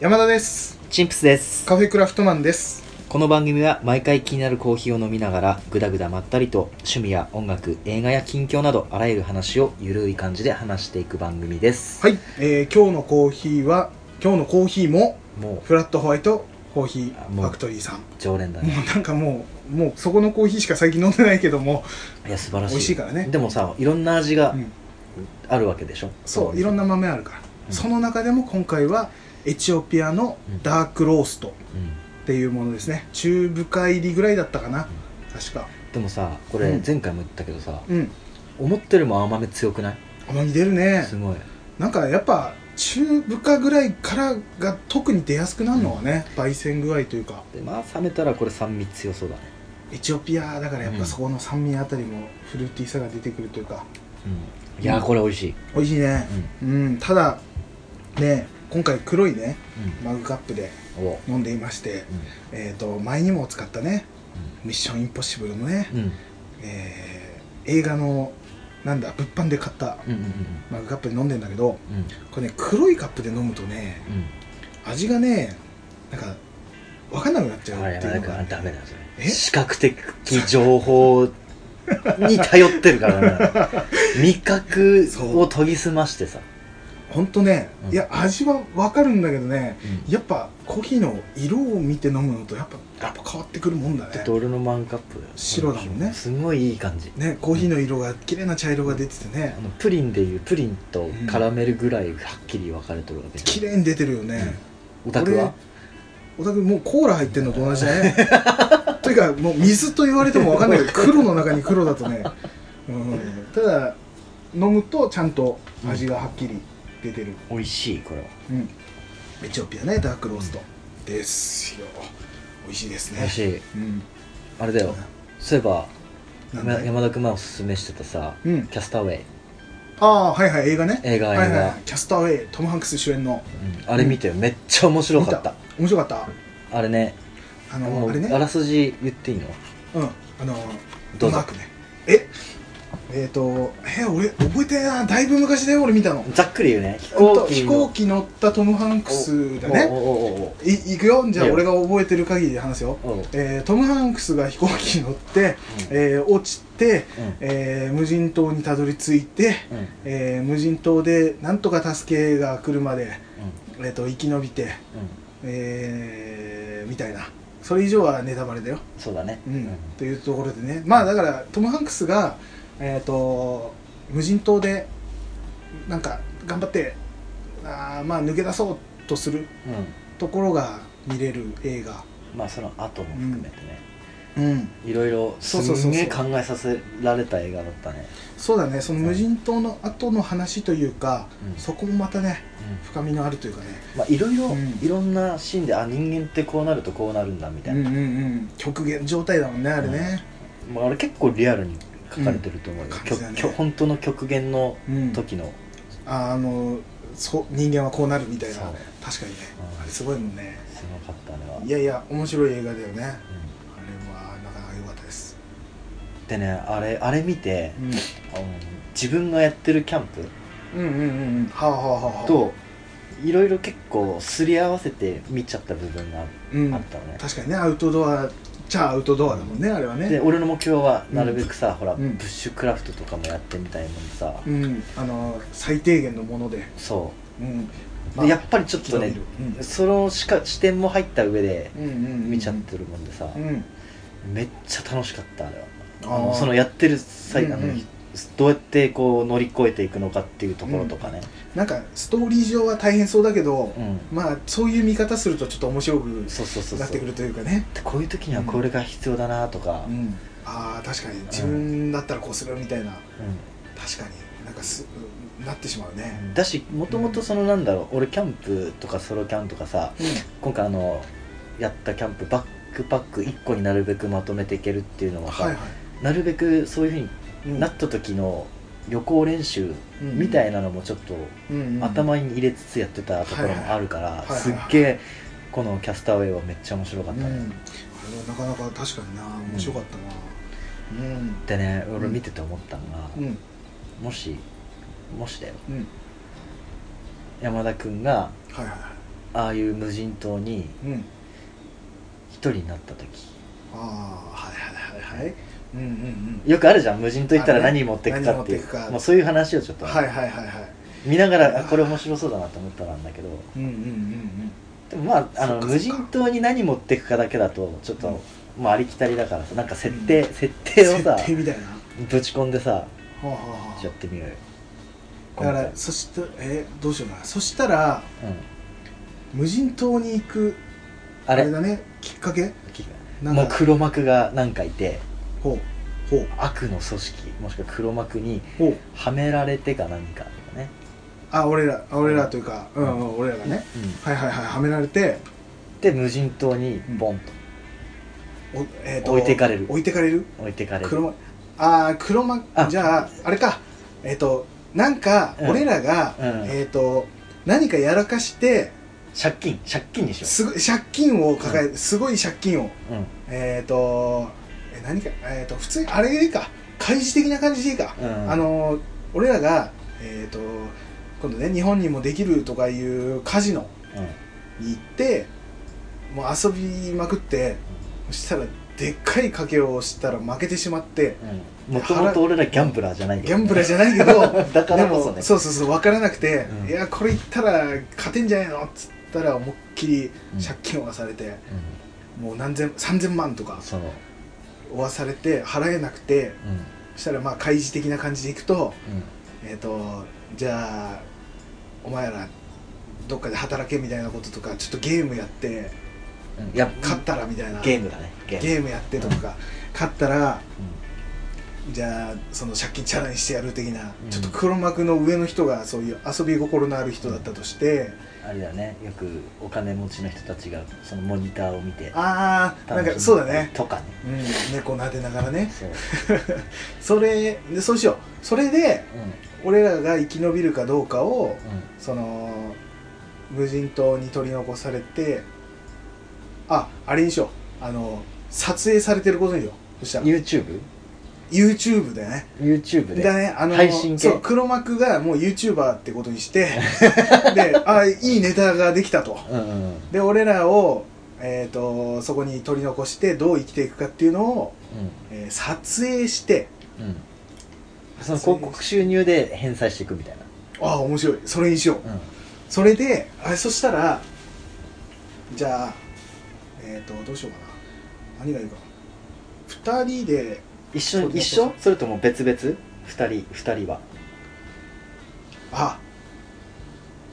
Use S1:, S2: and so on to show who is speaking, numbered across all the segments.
S1: 山田です
S2: チンプスです
S1: カフェクラフトマンです
S2: この番組は毎回気になるコーヒーを飲みながらぐだぐだまったりと趣味や音楽映画や近況などあらゆる話をゆるい感じで話していく番組です、
S1: はい、えー、今日のコーヒーは今日のコーヒーも
S2: もう
S1: フラットホワイトコーヒー
S2: あ
S1: フ
S2: もう
S1: ァクトリーさんも
S2: 常連だね
S1: うなんかもうもうそこのコーヒーしか最近飲んでないけども、
S2: いや素晴らしい
S1: 美味しいからね
S2: でもさいろんな味が
S1: うん
S2: あるわけでしょ、
S1: そういろんな、豆あるから、
S2: うん
S1: その中でも今回はエチオピアのダークロースト
S2: うん、
S1: っていうものですね中深入りぐらいだったかな、確か
S2: でもさこ
S1: う
S2: れ
S1: ん
S2: 前回も言ったけどさ、
S1: うん
S2: 思ってるも甘め強くない
S1: 甘み出るね
S2: すごい
S1: なんかやっぱ中深ぐらいからが特に出やすくなるのはね、焙煎具合というか
S2: でまあ冷めたらこれ酸味強そうだね
S1: エチオピアだからやっぱそこの酸味あたりもフルーティーさが出てくるというか
S2: うんいやーこれ美味しい、
S1: 美味しいねうん、ただね今回黒いねマグカップで
S2: うんお
S1: 飲んでいまして
S2: う
S1: えっ、と前にも使ったね「ミッションインポッシブル」のね、
S2: んうんうん
S1: えー映画のなんだ物販で買った
S2: うんうん
S1: マグカップで飲んでんだけど
S2: うんうん
S1: これね黒いカップで飲むとね味がねなんか分かんなくなっちゃう
S2: あれ
S1: ってい
S2: だ
S1: うの
S2: か
S1: が
S2: らダメだそ
S1: え
S2: れ視覚的情報に頼ってるから な味覚を研ぎ澄ましてさ、
S1: 本当ね、
S2: うん
S1: いや味は分かるんだけどねやっぱコーヒーの色を見て飲むのとやっぱやっぱ変わってくるもんだ
S2: ちょ
S1: ね
S2: っと俺のマンカップ
S1: 白だもんね
S2: すごいいい感じ
S1: ねコーヒーの色が綺麗な茶色が出てて
S2: あ
S1: ね
S2: のプリンでいうプリンとカラメルぐらいはっきり分かれてるわけ
S1: 綺
S2: じ
S1: 麗に出てるよね、
S2: ゃんオタクは
S1: おたくもうコーラ入ってんのと同じだ ねというかもう水と言われても分かんないけど黒の中に黒だとね、うん、ただ飲むとちゃんと味がはっきり出てる、
S2: 美味しいこれは
S1: うん、エチオピアねダークローストですよ美味しいですね
S2: 美味しい
S1: うん
S2: あれだよそういえば
S1: なん
S2: ま
S1: だい
S2: 山田君がおすすめしてたさ、
S1: うん
S2: キャスターウェイ
S1: ああはいはい映画ね
S2: 映画映画、
S1: はいはいはい、キャスターウェイトム・ハンクス主演の
S2: うんあれ見てよめっちゃ面白かった
S1: 見面白かった
S2: あれね
S1: あ
S2: も
S1: の
S2: う
S1: あれね
S2: あらすじ言っていいの
S1: うんあの
S2: どうぞ
S1: マークねええっ、とえ俺覚えてないなだいぶ昔だよ俺見たの
S2: ざっくり言うね飛
S1: ほんと
S2: 行機
S1: 飛
S2: の
S1: 行機乗ったトム・ハンクスだね
S2: おおおお
S1: い行くよじゃあ
S2: いいよ
S1: 俺が覚えてる限りで話すよ
S2: おお
S1: えートム・ハンクスが飛行機に乗って、えー落ちて、えー無人島にたどり着いて、
S2: うんうんうん
S1: えー無人島でなんとか助けが来るまで、えー、と生き延びて、
S2: うん
S1: えーみたいなそれ以上はネタバレだよ、
S2: そうだね
S1: うんというところでねまあだからトム・ハンクスが、えー、と無人島でなんか頑張ってあーまあ抜け出そうとする
S2: うん
S1: ところが見れる映画、
S2: まあその後も含めてね
S1: うん、
S2: いろいろす
S1: そうそうそうそ
S2: ん
S1: う
S2: げえ考えさせられた映画だったね
S1: そうだねその無人島の後の話というか、
S2: うん
S1: そこもまたね深みのあるというかね
S2: まあいろいろ
S1: うん
S2: いろんなシーンであ人間ってこうなるとこうなるんだみたい
S1: うん
S2: な
S1: うんうん極限状態だもんねあれね、
S2: まああれ結構リアルに書かれてると思うよ
S1: うん
S2: き
S1: 感
S2: ょ
S1: じだね
S2: きょ本当の極限の
S1: うん
S2: 時の
S1: ああのそう人間はこうなるみたいな
S2: そう
S1: 確かにね、
S2: うん
S1: あれすごいもんね
S2: すごかったあれは、
S1: いやいや面白い映画だよねあ
S2: う
S1: れはなかなか良かったです、
S2: んでねあれあれ見て
S1: うん、
S2: あの自分がやってるキャンプ
S1: うんうんうんうんはあはあはあはあ
S2: といろいろ結構すり合わせて見ちゃった部分があ
S1: うん
S2: あったのね、
S1: 確かにねアウトドアじゃあアウトドアだもんねあれは
S2: で
S1: ね
S2: 俺の目標はなるべくさ、ほら、
S1: うん
S2: ブッシュクラフトとかもやってみたいもんさ、
S1: うんあの最低限のもので
S2: そ
S1: うんで
S2: う、でやっぱりちょっとねそのしか視点も入った上で
S1: うんうんうん
S2: 見ちゃってるもんでさ、
S1: うん
S2: めっちゃ楽しかったあれ
S1: あ
S2: はあ
S1: ー
S2: のそのやってる際あの、
S1: うんうん
S2: どうやってこう乗り越えていくのかっていうところとかね、
S1: なんかストーリー上は大変そうだけど、
S2: うん
S1: まあそういう見方するとちょっと面白く
S2: そうそうそう
S1: なっ
S2: そ
S1: て
S2: う
S1: くるというかね
S2: でこういう時にはこれが必要だなとか、うん
S1: ああ確かに自分だったらこうするみたいな、確かになんかすなってしまうね、
S2: だしもともとそのなんだろう俺キャンプとかソロキャンとかさ今回あのやったキャンプバックパック1個になるべくまとめていけるっていうのはさ、
S1: はいは
S2: なるべくそういうふう
S1: い、
S2: になった時の予行練習みたいなのもちょっと
S1: うん、うんうん
S2: 頭に入れつつやってたところもあるか
S1: は
S2: ら
S1: いはい
S2: すっげえこの「キャスターウェイ」はめっちゃ面白かっ
S1: うん
S2: た
S1: あれ
S2: ね、
S1: はなかなか確かにな面白かったなうん
S2: でね俺見てて思ったのが、
S1: うん
S2: もしもしだよ
S1: うん
S2: 山田君が
S1: はいはいはい
S2: ああいう無人島に
S1: うん
S2: 一人になった時
S1: ああはいはいはいはいうんうんうん
S2: よくあるじゃん無人島行ったら
S1: あるね
S2: 何持ってくかってい
S1: 何持ってくか
S2: うもうそういう話をちょっと、
S1: はいはいはいはい
S2: 見ながらあこれ面白そうだなと思ったらなんだけど
S1: うんうんうん
S2: でもまああ
S1: そっかそっ
S2: の
S1: か
S2: 無人島に何持ってくかだけだとちょっと、
S1: うん
S2: まあ、ありきたりだからさなんか設定、
S1: う
S2: 設
S1: うん
S2: 定をさ
S1: 設定みたいなは
S2: ぶち込んでさ
S1: あはあは
S2: やってみようよ
S1: あだか
S2: 今
S1: らそしたえどうしようかなそしたら
S2: 回うん、
S1: 無人島に行く
S2: あ
S1: あ
S2: れ
S1: れだねきっかけなん
S2: もう
S1: か
S2: 黒幕が何かいて
S1: ほうほう
S2: 悪の組織もしくは黒幕に
S1: ほう
S2: はめられてか何かとかね、
S1: あ俺らあ俺らというかうんうん俺らがね
S2: う
S1: は
S2: ん
S1: いはいはいはめられて
S2: で無人島にボンと
S1: おえー
S2: 置いてかれる
S1: 置いてかれる
S2: 置いてかれる
S1: 黒まあー黒ま
S2: あ
S1: じゃああれかえっ、となんか
S2: うん
S1: 俺らが、
S2: うん
S1: えっ、と何かやらかして
S2: 借金借金にしよ
S1: すごい借金を抱え、すごい借金を
S2: う、うん
S1: えっ、とえ何かえっ、と普通にあれでいいか開示的な感じでいいか、
S2: うん
S1: あのー俺らがえっ、と今度ね日本にもできるとかいうカジノ
S2: うん
S1: に行ってもう遊びまくってそしたらでっかい賭けをしたら負けてしまって、
S2: もともと俺らギャンブラーじゃない
S1: ギャンブラー
S2: ー
S1: じゃないけど
S2: だからこそね
S1: でもそうそうそう分からなくて、
S2: うん
S1: いやこれ言ったら勝てんじゃないのっつったら思いっきり
S2: うん
S1: 借金を負わされて、もう何千3000万とか
S2: その
S1: 負わされて払えなくて
S2: うんうん
S1: そしたらまあ開示的な感じでいくとえっ、とじゃあお前らどっかで働けみたいなこととかちょっとゲームやって
S2: うんいや
S1: 勝ったらみたいな、
S2: ゲームだねゲーム
S1: ゲームやってとか、勝ったらじゃあその借金チャラにしてやる的な、
S2: うん
S1: ちょっと黒幕の上の人がそういう遊び心のある人だったとして、
S2: うんあれだよねよくお金持ちの人たちがそのモニターを見て
S1: ああなんかそうだね、
S2: とかね
S1: うん、猫撫でながら ね
S2: そう、
S1: それでそうしようそれで
S2: う
S1: 俺らが生き延びるかどうかを
S2: んうん、
S1: その無人島に取り残されてああれにしようあの撮影されてることにしようそしたら
S2: YouTube?YouTube
S1: YouTube でね
S2: で
S1: だね、あの
S2: 配信系
S1: そう黒幕がもう YouTuber ってことにして であいいネタができたと
S2: うんうんうん
S1: で俺らを、えー、とそこに取り残してどう生きていくかっていうのを、えー撮影して
S2: うんその広告収入で返済していくみたいな
S1: ああ面白いそれにしようそれであそしたらじゃあえっ、とどうしようかな何がいいかな2人で
S2: 一緒
S1: そうそう
S2: 一緒それとも別々二人二人は
S1: あ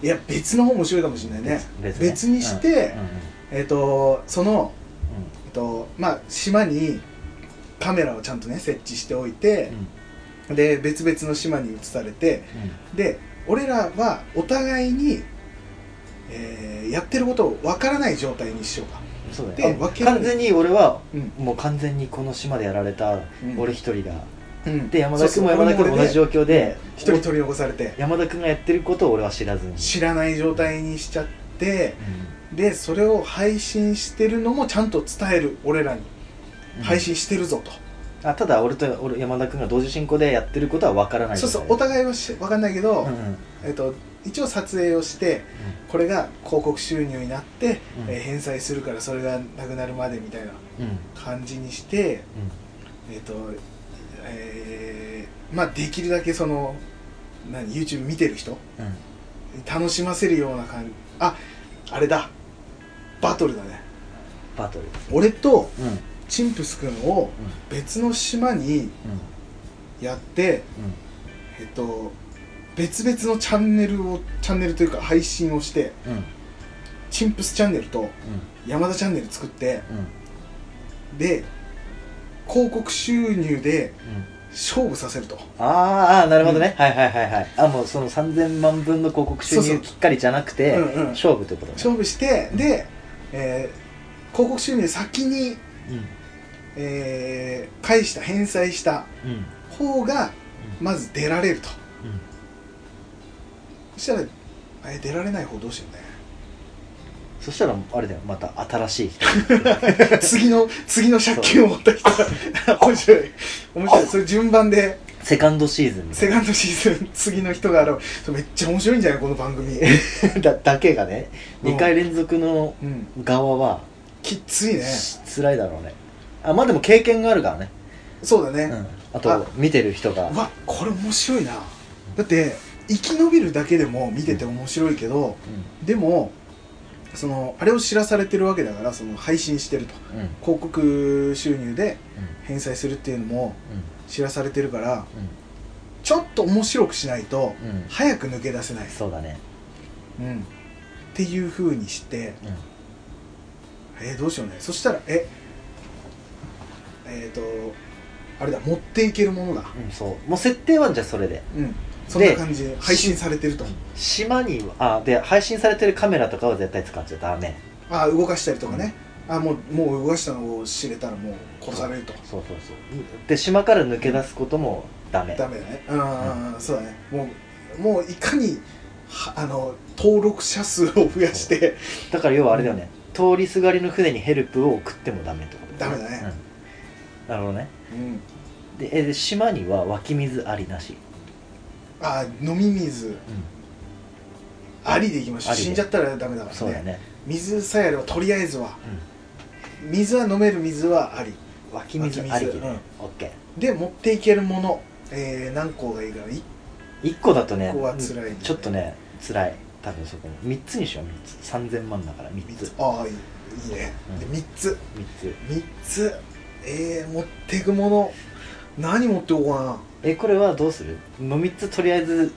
S1: いや別の方面白いかもしれないね
S2: 別ね
S1: 別にして、
S2: うんうん
S1: えっ、とそのえっとまあ、島にカメラをちゃんとね設置しておいて
S2: うん、
S1: で別々の島に移されて
S2: うん
S1: で俺らはお互いに、えーやってることをわからない状態にしようか、
S2: そうだ
S1: で
S2: ねあ
S1: 分ける
S2: 完全に俺は
S1: うん
S2: もう完全にこの島でやられた
S1: うん
S2: 俺一人が
S1: うん
S2: で山田君も山田君も同じ状況で
S1: 一人取り残されて
S2: 山田君がやってることを俺は知らずに
S1: 知らない状態にしちゃってでそれを配信してるのもちゃんと伝える俺らに
S2: うん
S1: 配信してるぞと、
S2: あただ俺と俺山田君が同時進行でやってることは分からない
S1: そうそうお
S2: い
S1: 互いはしわかんないけど、
S2: うんうん
S1: えっと、一応撮影をしてこれが広告収入になって、
S2: うん
S1: えー返済するからそれがなくなるまでみたいな
S2: うんうん
S1: 感じにして、えっとえーまあ、できるだけその何 YouTube 見てる人
S2: うんうん
S1: 楽しませるような感じああれだバトルだね
S2: バトル
S1: 俺と
S2: うんうん
S1: チンプス君を別の島にやって、
S2: うん
S1: えっと、別々のチャンネルをチャンネルというか配信をして
S2: うんうん
S1: チンプスチャンネルと山田チャンネル作って、
S2: うんうん
S1: で広告収入で
S2: うん
S1: 勝負させると
S2: あーあーなるほどね、はいはいはいはいあもうその3000万分の広告収
S1: そうそ
S2: 入
S1: う
S2: きっかりじゃなくて
S1: うんうん
S2: 勝負ということね
S1: 勝負してで、えー広告収入先に、えー返した返済した
S2: うんうん
S1: 方がまず出られると
S2: うん
S1: そしたら、えー出られない方どうしよ う
S2: そしたらあれだよまた新しい人
S1: ね次の次の借金を持った人面白い面白いそれ順番で
S2: セカンドシーズンみた
S1: セカンドシーズン次の人が現れめっちゃ面白いんじゃないこの番組
S2: いな だだけがね
S1: うん
S2: 2回連続の
S1: うん
S2: 側は
S1: きっついね
S2: 辛いだろうねあまあでも経験があるからね、
S1: そうだ
S2: う
S1: ね、
S2: ん、あ
S1: あ
S2: と見てる人が
S1: うわこれ面白いなだって生き延びるだけでも見てて面白いけど、でもそのあれを知らされてるわけだからその配信してると
S2: うんうん
S1: 広告収入で返済するっていうのも知らされてるからちょっと面白くしないと
S2: うんうんうん
S1: 早く抜け出せない、
S2: そうだね
S1: うん、っていうふうにして
S2: うん
S1: えーどうしようねそしたらええっ、とあれだ持っていけるものだ
S2: うん、そうもう設定はじゃあそれで
S1: うんそんな感じで配信されてると
S2: 島にあで配信されてるカメラとかは絶対使っちゃダメ
S1: ああ動かしたりとかね、ああもうもう動かしたのを知れたらもう殺されると
S2: そうそうそうで島から抜け出すこともダメ
S1: ダメだねうん、そうだねもうもういかにはあの登録者数を増やして
S2: だから要はあれだよね、通りすがりの船にヘルプを送ってもダメってことよ
S1: ダメだね、
S2: うんなるほどね
S1: うん
S2: でえで島には湧き水ありなし、
S1: あー飲み水ありでいきましょう
S2: ありで
S1: 死んじゃったらダメだからね
S2: そうだね、
S1: 水さえあればとりあえずは水は飲める水はあり
S2: うん、湧き水
S1: 湧き水
S2: ありきで、
S1: うん
S2: オッケー
S1: で持っていけるもの、えー、何個がいいかな1
S2: 1個だとね
S1: 個は辛いんでね、
S2: ちょっとね辛い多分そこも3つにしよう3つ3000万だから3
S1: 三
S2: つ
S1: つ
S2: 3
S1: ああいいいいね、
S2: うん
S1: で3つ
S2: つ
S1: 3つえー、持っていくもの何持っておこうかな
S2: えこれはどうするもう3つとりあえず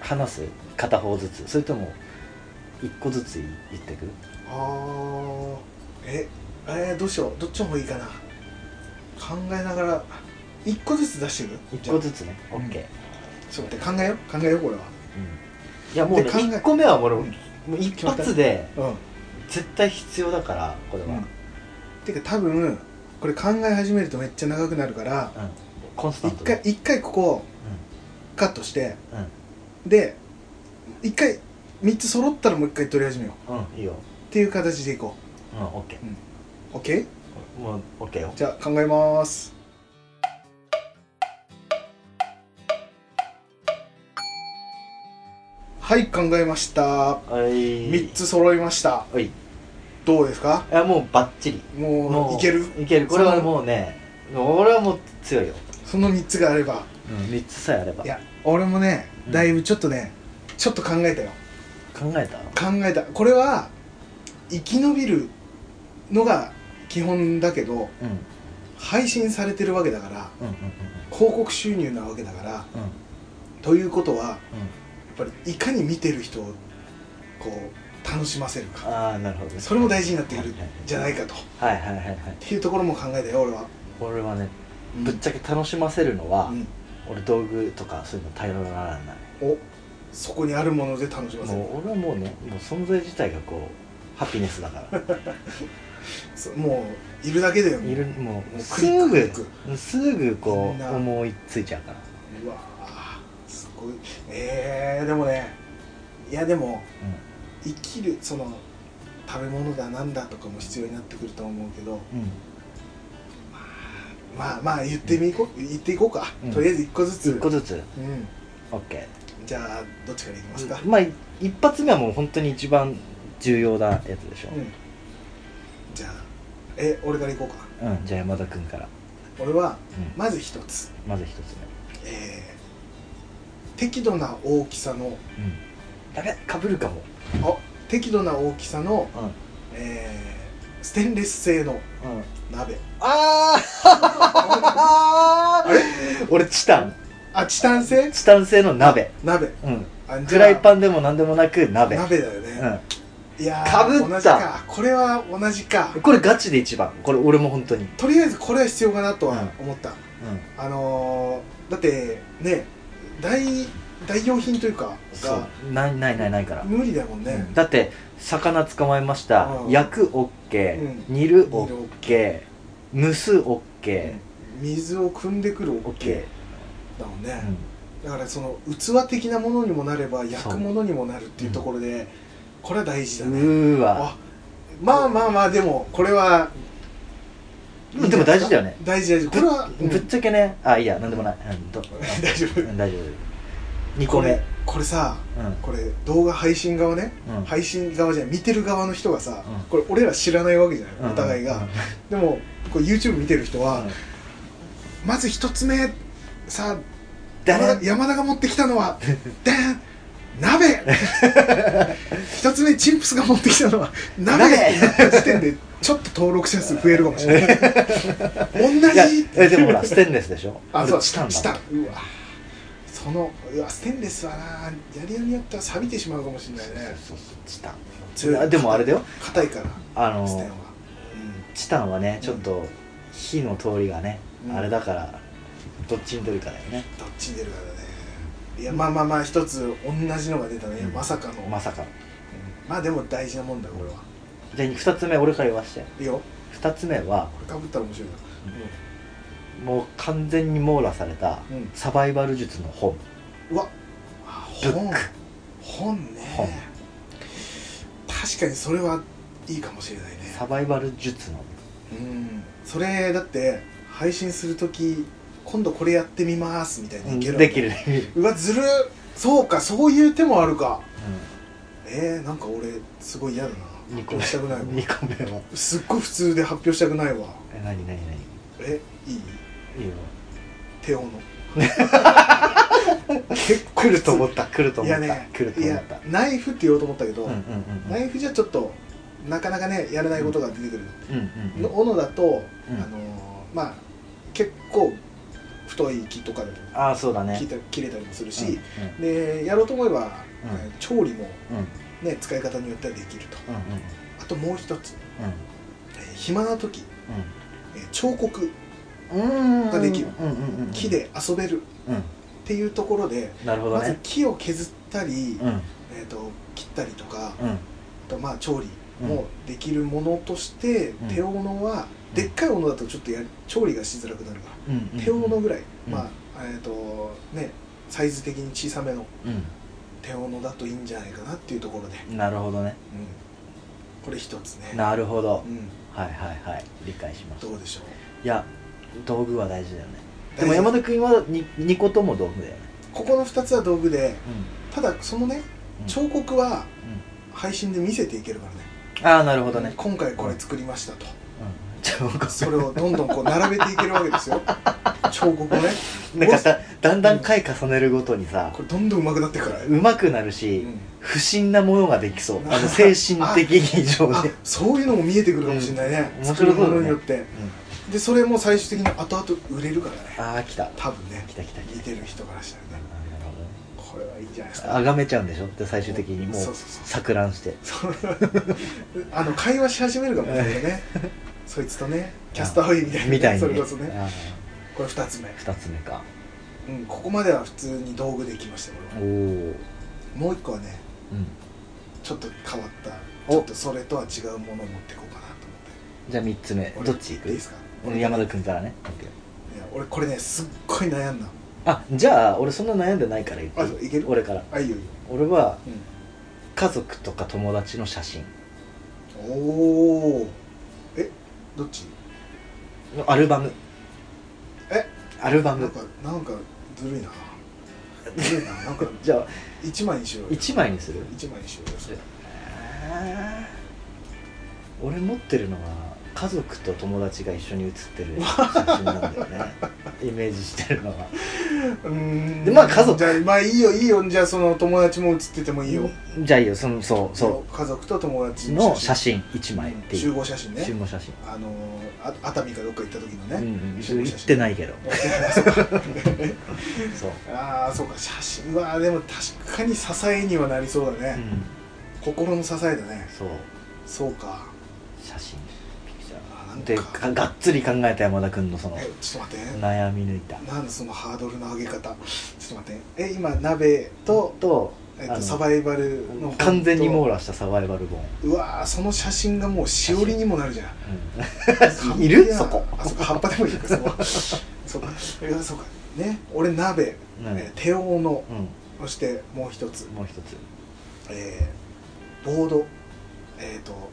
S2: 話す片方ずつそれとも1個ずつ言ってく
S1: あーええー、どうしようどっちの方がいいかな考えながら1個ずつ出していく
S2: 1個
S1: じゃ
S2: ずつね
S1: うん
S2: OK、
S1: あちょっと待って考えよう考えようこれは
S2: うん、いやもう、ね、
S1: で考え
S2: 1個目はもう
S1: うん
S2: もう一発で
S1: うん
S2: 絶対必要だからこれは、
S1: うんてか多分これ考え始めるとめっちゃ長くなるから
S2: コンスタン
S1: 一
S2: ト
S1: 回
S2: で
S1: 一回ここカットして
S2: うん
S1: で一回3つ揃ったらもう一回取り始めようっ
S2: うん、うん、いいよ
S1: ていう形でいこ
S2: うんオッケ
S1: う OK?
S2: ーもうオッケーよ
S1: じゃあ考えますはい考えました
S2: はい
S1: 3つ揃いました
S2: はいい
S1: どうですか
S2: やもうバッチリ
S1: も
S2: も
S1: う
S2: う
S1: いける
S2: いけるこれはもうね俺はもう強いよ、
S1: その3つがあれば
S2: うん、3つさえあれば
S1: いや俺もね
S2: うん
S1: だいぶちょっとね、ちょっと考えたよ
S2: 考えた
S1: 考えたこれは生き延びるのが基本だけど
S2: うんうん
S1: 配信されてるわけだから
S2: うん
S1: 広告収入なわけだから
S2: うんうんうん
S1: ということはやっぱりいかに見てる人をこう楽しませるか
S2: ああなるほど
S1: それも大事になってくるんじゃないいかとっ
S2: はいはいはいはい
S1: ていうところも考えたよ俺は、
S2: 俺はね
S1: うん
S2: ぶっちゃけ楽しませるのは、
S1: うん
S2: 俺道具とかそういうの頼らない
S1: おそこにあるもので楽しませる
S2: もう俺はもうねもう存在自体がこうハピネスだ から
S1: そうもういるだけだよ
S2: いるも
S1: も
S2: う
S1: う
S2: す
S1: クリッククリッ
S2: ぐ
S1: ク
S2: すぐこ
S1: みん
S2: う
S1: な
S2: 思いついちゃうから
S1: うわーすごいえー、でもねいやでも生きるその食べ物だなんだとかも必要になってくると思うけど
S2: うん、
S1: まあまあ言ってみこ、う言っていこうか、
S2: うん
S1: とりあえず一個ずつ
S2: 1個ずつ
S1: うん、
S2: OK
S1: じゃあどっちからいきますか、
S2: まあ一発目はもう本当に一番重要なやつでしょ
S1: うん、じゃあえ俺からいこうか
S2: うん、じゃあ山田君から、
S1: 俺は
S2: うん
S1: まず一つ、
S2: まず一つ
S1: えー、適度な大きさの
S2: 目うんダメかぶるかも
S1: あ適度な大きさの、
S2: うん
S1: えー、ステンレス製の
S2: うん
S1: 鍋
S2: ああ 俺チタン
S1: あチタン製
S2: チタン製の鍋
S1: 鍋
S2: うん
S1: あ
S2: フライ
S1: ン
S2: パンでも何でもなく鍋
S1: 鍋だよね、
S2: う
S1: いやー
S2: かぶった
S1: 同じかこれは同じか
S2: んこれガチで一番これ俺も本当に
S1: とりあえずこれは必要かなとは思った、
S2: うん
S1: あのー、だってね代代用品というか
S2: そ
S1: が
S2: うないないないないから、
S1: 無理だもんね、
S2: うんだって魚捕まえました
S1: うん
S2: 焼くオッケー
S1: う
S2: 煮る
S1: オ
S2: オ
S1: ッ
S2: ッケー蒸すオッケ
S1: 水を汲んでくる
S2: ーオッ
S1: OK
S2: ケ
S1: だもん
S2: ー
S1: ね、だからその器的なものにもなれば焼くものにもなるっていうところで、これは大事だ
S2: うん
S1: ね、
S2: うーわ
S1: あまあまあまあでもこれはいいん
S2: で
S1: じゃ
S2: も
S1: ない
S2: 大
S1: す
S2: 事
S1: か
S2: だよね
S1: 大事大事これは、うん
S2: ぶっちゃけねあいいやなんでもない、うん、ど
S1: 大丈夫
S2: うん大丈夫2個
S1: こ
S2: 目
S1: れこれさ
S2: うんうん
S1: これ動画配信側ね、
S2: うん
S1: 配信側じゃない見てる側の人がさ、
S2: うん
S1: これ俺ら知らないわけじゃ
S2: うん
S1: ないお互いが、
S2: うん
S1: でもこう YouTube 見てる人は、
S2: うん
S1: まず一つ目さあ
S2: だ
S1: 山
S2: ね
S1: 田山田が持ってきたの はでん鍋一つ目チンプスが持ってきたのは鍋っ
S2: 鍋
S1: てなった時点でちょっと登録者数増えるかもしれない 同
S2: いや
S1: じ
S2: えでもほらステンレスでしょ
S1: あそう
S2: チタンだ
S1: チタンうわそのうわステンレスはなやりようによっては錆びてしまうかもしれないね
S2: そうそうチタン
S1: 強い
S2: いやでもあれだよ
S1: 硬いから
S2: あ
S1: ステンは
S2: のチタンはねちょっと火の通りがね、
S1: うん
S2: あれだからどっちに出るかだよね
S1: どっちに出るかだねいやまあまあまあ一つ同じのが出たね
S2: うん
S1: まさかの
S2: まさか
S1: まあでも大事なもんだこれは
S2: じゃあ2つ目俺から言わして
S1: いいよ
S2: 2つ目は
S1: これかぶったら面白いな
S2: もう完全に網羅された
S1: うん、うん
S2: サバイバル術の本
S1: うわあ
S2: ブッ
S1: 本
S2: ク
S1: 本ね
S2: 本
S1: 確かにそれはいいかもしれないね
S2: サバイバル術の
S1: うんそれだって配信する時今度これやってみますみたいにいける
S2: できる、
S1: うわずるっそうかそういう手もあるか
S2: う
S1: えー、なんか俺すごい嫌だな
S2: 2
S1: 発
S2: 個
S1: 表したくない
S2: 目
S1: わ
S2: 2個目は
S1: すっごい普通で発表したくないわ
S2: え何何何
S1: えいい
S2: いいよ
S1: 手 をの結構
S2: 来ると思った来ると
S1: い
S2: 思っ
S1: や
S2: た、
S1: ね
S2: 来ると
S1: い
S2: 思
S1: や
S2: った
S1: ナイフって言おうと思ったけど、
S2: うんうんうん
S1: ナイフじゃちょっとなかなかねやれないことが出てくる、
S2: うんうん
S1: の斧だと、
S2: うん
S1: あのーまあ結構太い木とかでも
S2: ああそうだね
S1: 切った切れたりもするし、
S2: うんうん
S1: でやろうと思えば、
S2: うん
S1: えー調理も、
S2: うん
S1: ね、使い方によってはできると
S2: うんうん
S1: あともう一つ、えー暇な時、えー彫刻
S2: うんうん
S1: ができる
S2: うんうんうん
S1: 木で遊べる
S2: うん
S1: っていうところで、
S2: なるほど
S1: まず
S2: ね
S1: 木を削ったり、
S2: うん
S1: えー、と切ったりとか、
S2: うん
S1: あとまあ調理
S2: うん
S1: もできるものとして、
S2: うん
S1: 手斧は
S2: うん
S1: でっかい斧だとちょっとや調理がしづらくなるから、
S2: うんうん
S1: 手斧ぐらい、
S2: うん
S1: まあえっ、とねサイズ的に小さめの
S2: う
S1: 手斧だといいんじゃないかなっていうところで、
S2: んなるほどね
S1: これ一つね
S2: なるほど
S1: うん
S2: はいはいはい理解しました
S1: どうでしょう
S2: いや道具は大事だよね
S1: 大
S2: で
S1: 事
S2: も山田君は 2, 2個とも道具だよね
S1: ここの2つは道具でただそのね
S2: うん
S1: 彫刻は
S2: う
S1: 配信で見せていけるからね
S2: んああなるほどね
S1: 今回これ作りましたと
S2: うん彫刻
S1: それをどんどんこう並べていけるわけですよ彫刻を ね
S2: なんかさだんだん回重ねるごとにさ
S1: これどんどん上手くなってくから、
S2: うまくなるし、
S1: うん
S2: 不審なものができそうあの精神的以上
S1: あ
S2: で、
S1: そういうのも見えてくるかもしれないね、
S2: うん面
S1: 作
S2: 白
S1: る
S2: そうだね
S1: ものによってでそれも最終的に後々売れるからね
S2: ああ来た
S1: 多分ね
S2: 来た来た来
S1: 見てる人からしたらね
S2: たなるほどね
S1: これはいいんじゃないですか
S2: あがめちゃうんでしょで最終的にもう
S1: そうそうそう
S2: 錯乱して
S1: それあの会話し始めるかもしれないねそいつとねキャスターウェイみたいな
S2: みたいに
S1: それこそね
S2: あ
S1: これ2つ目
S2: ー、二つ目か
S1: うん、ここまでは普通に道具できました俺は
S2: おおうん
S1: もう1個はねちょっと変わった
S2: お
S1: ちょっとそれとは違うものを持っていこうかなと思っ
S2: じゃあ三つ目
S1: て俺
S2: どっち
S1: い
S2: 行
S1: い
S2: く
S1: ですか
S2: 俺山田君からねオッケー
S1: いや俺これねすっごい悩んだ
S2: あじゃあ俺そんな悩んでないから言って
S1: あそういける
S2: 俺から
S1: あいいよいいよ、
S2: 俺は
S1: うん
S2: 家族とか友達の写真
S1: おおえどっち
S2: のアルバム
S1: え
S2: アルバ
S1: なん
S2: ム
S1: かなんかずるいなずるいななんか
S2: じゃあ
S1: 1枚にしようよ
S2: 1枚にする
S1: 1枚にしようよそれ
S2: あー俺持ってるのは家族と友達が一緒に写ってる写真なんだよね イメージしてるのは
S1: うーん
S2: でまあ家族
S1: じゃあまあいいよいいよじゃあその友達も写っててもいいよ
S2: じゃあいいよそのそうそ
S1: 家族と友達
S2: うの写真1枚ってい
S1: 集
S2: う
S1: 合写真ね
S2: 集合写真
S1: あのーあ熱海かどっか行った時の
S2: うん
S1: ね、
S2: うん
S1: 集合写
S2: 行
S1: 真
S2: ってないけどそう、
S1: ああそうか写真はでも確かに支えにはなりそうだ
S2: う
S1: ね、
S2: ん、
S1: 心の支えだね
S2: そ
S1: そ
S2: う
S1: うか
S2: 写真ピクチャ
S1: あな
S2: ー
S1: ん
S2: で
S1: か
S2: ががっつり考えた山田君のその
S1: えちょっと待って、
S2: 悩み抜いた
S1: なんでそのハードルの上げ方ちょっと待ってえ今鍋と,、
S2: と
S1: えっ
S2: あの
S1: とサバイバルの本と
S2: 完全に網羅したサバイバル本、
S1: うわーその写真がもうしおりにもなるじゃん
S2: うん いる
S1: や
S2: そこ
S1: あそこ葉っぱでもいいかそこ そうかいやそうかね俺鍋、
S2: うん
S1: えー手斧の
S2: う
S1: そしてもう一つ
S2: ん、もう一つ
S1: えーボードえっ、と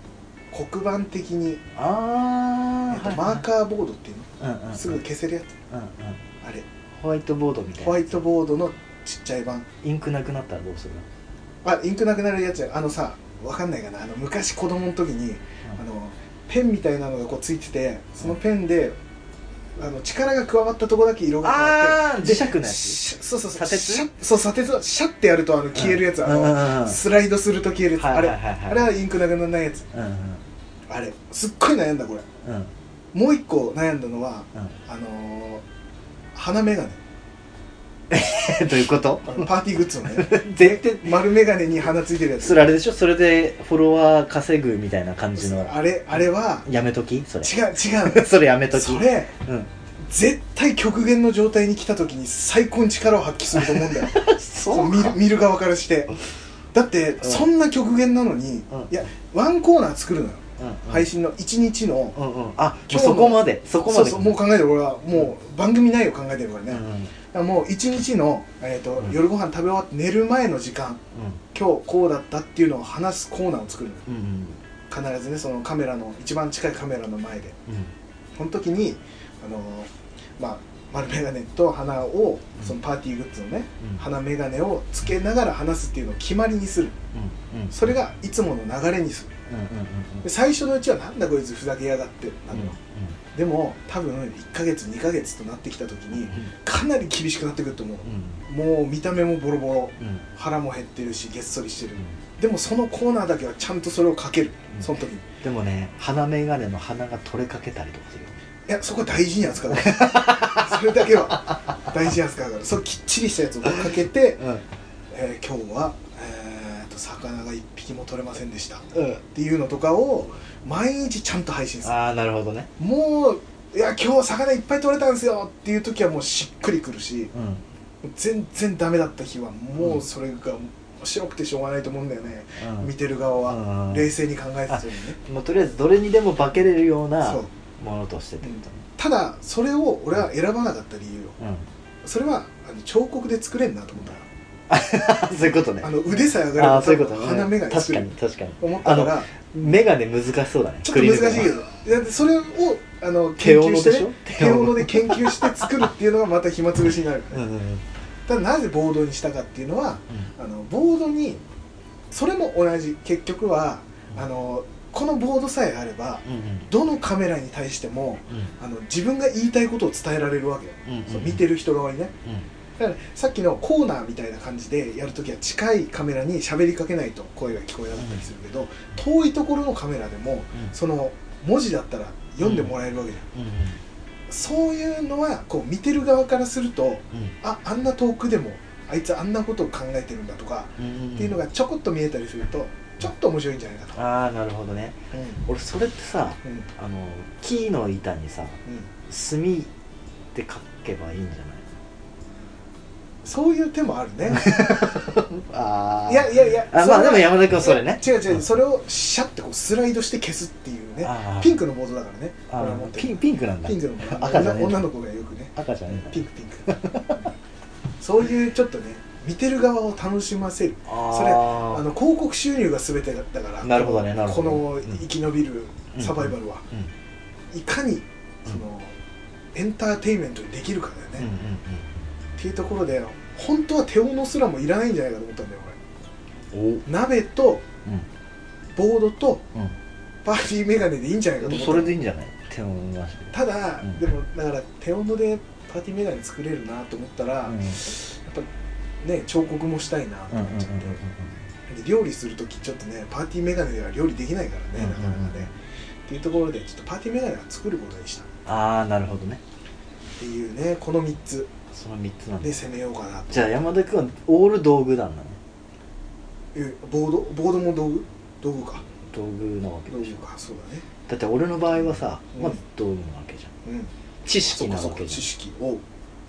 S1: 黒板的に、
S2: あ
S1: えーとマーカーボードっていう
S2: うんうん
S1: のすぐ消せるやつ
S2: うんうん
S1: あれ
S2: ホワイトボードみたい
S1: ホ
S2: な
S1: ワイトボードのちっちゃい版
S2: インクなくなったらどうする
S1: あインクなくなるやつやあのさわかんないかなあの昔子供の時にあ
S2: の
S1: のペンみたいなのがこうついててそのペンであの力が加わったとこだけ色が変わって
S2: ああー磁石のやつ
S1: シャそうそうそう
S2: 砂鉄
S1: シャそう砂鉄はシャってやるとあの消えるやつ、
S2: うん
S1: あの、
S2: うんうんうん
S1: スライドすると消えるやつ、
S2: はいは
S1: あ
S2: い
S1: れ、
S2: はいはい
S1: あれはインクなくならないやつ
S2: うんうん
S1: あれすっごい悩んだこれ
S2: うん うん
S1: もう一個悩んだのはあのー、花眼鏡
S2: えどういうこと
S1: あのパーティーグッズのね
S2: 絶対
S1: 丸眼鏡に鼻ついてるやつ
S2: それあれでしょそれでフォロワー稼ぐみたいな感じの
S1: あれあれは
S2: やめときそれ
S1: 違う違
S2: それやめと
S1: う
S2: き
S1: それ
S2: うん
S1: 絶対極限の状態に来た時に最高に力を発揮すると思うんだ よこう見る見る側からしてだって
S2: ん
S1: そんな極限なのに、
S2: うん
S1: いやワンコーナー作るのよ、
S2: うんうん
S1: 配信の1日の、
S2: うんうんあ
S1: 今日の
S2: そこまでそこまで
S1: そうそうもう考えてる俺はもう番組内容考えてるからね、
S2: うんう
S1: だか
S2: ん
S1: らもう1日の、えーと
S2: うん
S1: 夜ご飯食べ終わって寝る前の時間今日こうだったっていうのを話すコーナーを作るの
S2: うんうん
S1: 必ずねそのカメラの一番近いカメラの前で
S2: うん
S1: その時にあのーまあ丸眼鏡と鼻を
S2: うん
S1: そのパーティーグッズのね、
S2: うん
S1: 鼻眼鏡をつけながら話すっていうのを決まりにする
S2: うんうん
S1: それがいつもの流れにする
S2: うんうんうん
S1: で最初のうちはなんだこいつふざけやがってな
S2: うん
S1: る
S2: うん
S1: の、でも多分1ヶ月2ヶ月となってきた時に
S2: うん
S1: かなり厳しくなってくると思う
S2: うん
S1: もう見た目もボロボロ
S2: うん
S1: 腹も減ってるしげっそりしてるでもそのコーナーだけはちゃんとそれをかける
S2: うん
S1: その時に
S2: でもね鼻眼鏡の鼻が取れかけたりとかするよ
S1: いやそこ大事に扱う からそれだけは大事に扱うからそうきっちりしたやつをかけて、えー今日は、えー、と魚が一匹も取れませんでしたっ
S2: うんうん
S1: ていうのとかを毎日ちゃんと配信する
S2: ああなるほどね
S1: もういや今日魚いっぱい取れたんですよっていう時はもうしっくりくるし
S2: うん
S1: 全然ダメだった日はもうそれが面白くてしょうがないと思うんだよね、
S2: うん
S1: 見てる側は、
S2: うん
S1: 冷静に考えてたよね
S2: もうとりあえずどれにでも化けれるような
S1: そう
S2: ものとしてってことね
S1: ただそれを俺は選ばなかった理由よ
S2: うん
S1: それはあの彫刻で作れんなと思ったから
S2: あそういうことね
S1: あの腕さえ上がれ
S2: あ
S1: ば
S2: あそういうことね
S1: 鼻眼鏡
S2: 確
S1: す
S2: か
S1: る
S2: に確かに
S1: 思ったから
S2: 眼鏡難しそうだね
S1: ちょっと難しいけ
S2: ど
S1: どいやそれをあの研
S2: 手斧
S1: 究し
S2: で
S1: て
S2: し
S1: ね
S2: ょ
S1: 手斧で研究して作るっていうのがまた暇つぶしになる
S2: うんうんうん
S1: ただなぜボードにしたかっていうのはあのボードにそれも同じ結局はあのこのボードさえあれば
S2: うん
S1: どのカメラに対してもあの自分が言いたいことを伝えられるわけよ、
S2: うんうん
S1: そう見てる人側にねだからさっきのコーナーみたいな感じでやるときは近いカメラに喋りかけないと声が聞こえなかったりするけど、遠いところのカメラでもその文字だったら読んでもらえるわけじゃん、
S2: うんうん
S1: そういうのはこう見てる側からすると
S2: うん
S1: ああんな遠くでもあいつあんなことを考えてるんだとか、
S2: うんうん
S1: っていうのがちょこっと見えたりするとちょっと面白いんじゃないかと、
S2: ああなるほどね
S1: うん
S2: 俺それってさ
S1: うん
S2: あの木の板にさ
S1: うん、
S2: 墨って書けばいいんじゃない
S1: そういう手もあるね
S2: ああ
S1: いやいやいや
S2: あ
S1: それ
S2: ま
S1: は
S2: あでも山田君はそれね
S1: 違う違う
S2: そ
S1: それをシャッてこうスライドして消すっていうね
S2: あー
S1: ピンクのボードだからね
S2: あ
S1: 俺は持っ
S2: ー
S1: てる
S2: ピンピンクなんだ
S1: ピンクのボード
S2: 赤じゃねえ
S1: 女女の子がよくね
S2: 赤じゃねえ
S1: ピンクピンクそういうちょっとね見てる側を楽しませる
S2: そ
S1: それあの広告収入が全てだったから
S2: なるほどねなるほど
S1: この
S2: うん
S1: 生き延びるサバイバルは、
S2: うん
S1: いかにその、エンターテインメントにできるかだ
S2: うん
S1: よ
S2: うん
S1: ね、っていうところで本当は手斧すらもいらないんじゃないかと思ったんだよ
S2: うん
S1: 俺鍋と
S2: お
S1: ボードと
S2: うんうん
S1: パーティーメガネでいいんじゃないかと思った
S2: それでいいんじゃない手を伸ばして
S1: ただ、
S2: うん
S1: でもだから手斧でパーティーメガネ作れるなと思ったら、
S2: うん
S1: やっぱね彫刻もしたいなと
S2: うんう
S1: 思っ
S2: ん
S1: ちゃって、で料理する時ちょっとねパーティーメガネでは料理できないからね、
S2: うん
S1: なかなかねっていうところでちょっとパーティーメガネは作ることにしたっ
S2: ああなるほどね
S1: ていうねこの3つ
S2: その3つなんだ
S1: で攻めようかな
S2: じゃあ山田君はオール道具団なの
S1: というボードボードも道具道具か
S2: 道具なわけ
S1: 道
S2: で
S1: 具
S2: しょ
S1: かそうだね
S2: だって俺の場合はさ
S1: うん
S2: まず道具なわけじゃん
S1: うん
S2: 知
S1: そ
S2: 識
S1: う
S2: な
S1: かそう
S2: わ
S1: か
S2: け
S1: 知
S2: じゃん
S1: 識を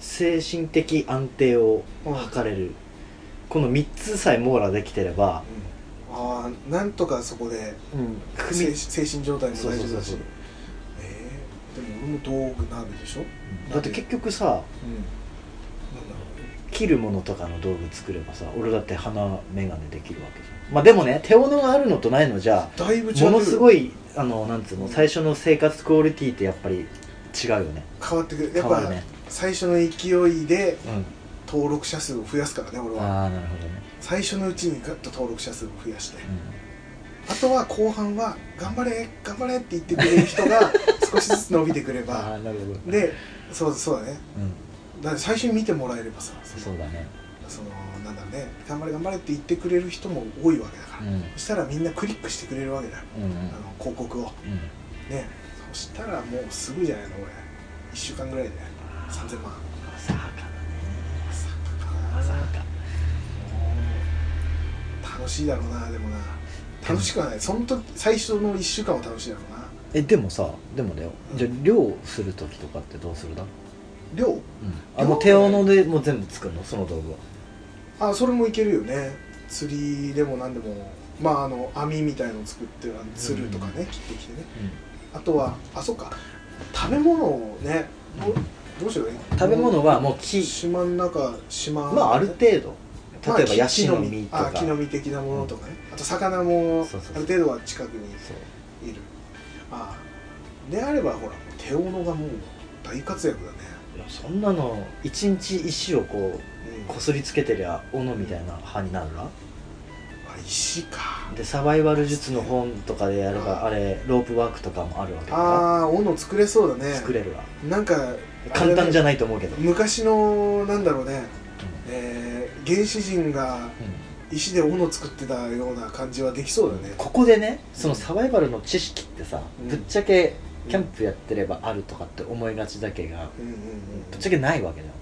S2: 精神的安定を
S1: うん
S2: 測れるこの3つさえ網羅できてれば
S1: うんああなんとかそこで
S2: 組
S1: 精
S2: み
S1: 精神状態も
S2: そう
S1: 大
S2: そ
S1: 丈夫
S2: うそう
S1: だ
S2: そ
S1: し
S2: う
S1: えーでも俺も道具鍋でしょ
S2: だって結局さ
S1: うんなんだろう
S2: 切るものとかの道具作ればさ俺だって鼻眼鏡できるわけじゃんまあでもね手斧があるのとないのじゃ
S1: だいぶ違
S2: ものす
S1: い
S2: ごいあのなんつうの最初の生活クオリティってやっぱり違うよね
S1: 変わってくるや
S2: 変
S1: っ
S2: わ
S1: ぱ、
S2: るね
S1: 最初の勢いで
S2: う
S1: 登録者数を増やすからね俺
S2: ん
S1: は
S2: ああなるほどね、
S1: 最初のうちにガッと登録者数を増やしてあとは後半は頑張れ頑張れって言ってくれる人 が少しずつ伸びてくれ
S2: うん、あ
S1: ば
S2: あなるほど、
S1: でそうそうだね
S2: うん、
S1: だって最初に見てもらえればさそ
S2: そ
S1: の
S2: うだね
S1: そのなんだろうね頑張れ頑張れって言ってくれる人も多いわけだから、
S2: うんうん
S1: そしたらみんなクリックしてくれるわけだよ、
S2: うん
S1: あの広告を
S2: うん
S1: ねそしたらもうすぐじゃないの俺1週間ぐらいで3000万
S2: 浅はかだね
S1: まさかな
S2: 浅はか
S1: もう楽しいだろうなでもな楽しくはないその時最初の1週間は楽しいだろうな
S2: えでもさでもだよ
S1: うん
S2: じゃあ漁する時とかってどうするだ
S1: 量
S2: あもう手斧でもう全部作るのその道具は
S1: あそれもいけるよね釣りでも何でもまああの網みたいのを作ってあの釣るとかね、切ってきてねあとはあそっか食べ物をねどうどうしようね
S2: 食べ物はもう木
S1: 島の中島
S2: まあある程度
S1: まあ
S2: 例えばヤシの実と
S1: あ
S2: か
S1: 木の実的なものとかね、あと魚も
S2: そうそうそう
S1: ある程度は近くに
S2: そう
S1: いるああであればほら手斧がもう大活躍だね、
S2: いやそんなの一日石をこう
S1: うん、
S2: こすりつけてりゃ斧みたいな歯になるな
S1: あ石か
S2: でサバイバル術の本とかでやればあれロープワークとかもあるわけだか
S1: ああ斧作れそうだ
S2: ら
S1: ね
S2: 作れるわ
S1: なんか
S2: 簡単じゃ
S1: ない
S2: ないと思うけど、うん
S1: 昔のなんだろうね、えー原始人が石で斧作ってたような感じはできそうだね
S2: ここでねそのサバイバルの知識ってさ、
S1: うん
S2: ぶっちゃけキャンプやってればあるとかって思いがちだけが、
S1: うんうんうん
S2: ぶっちゃけないわけだよ、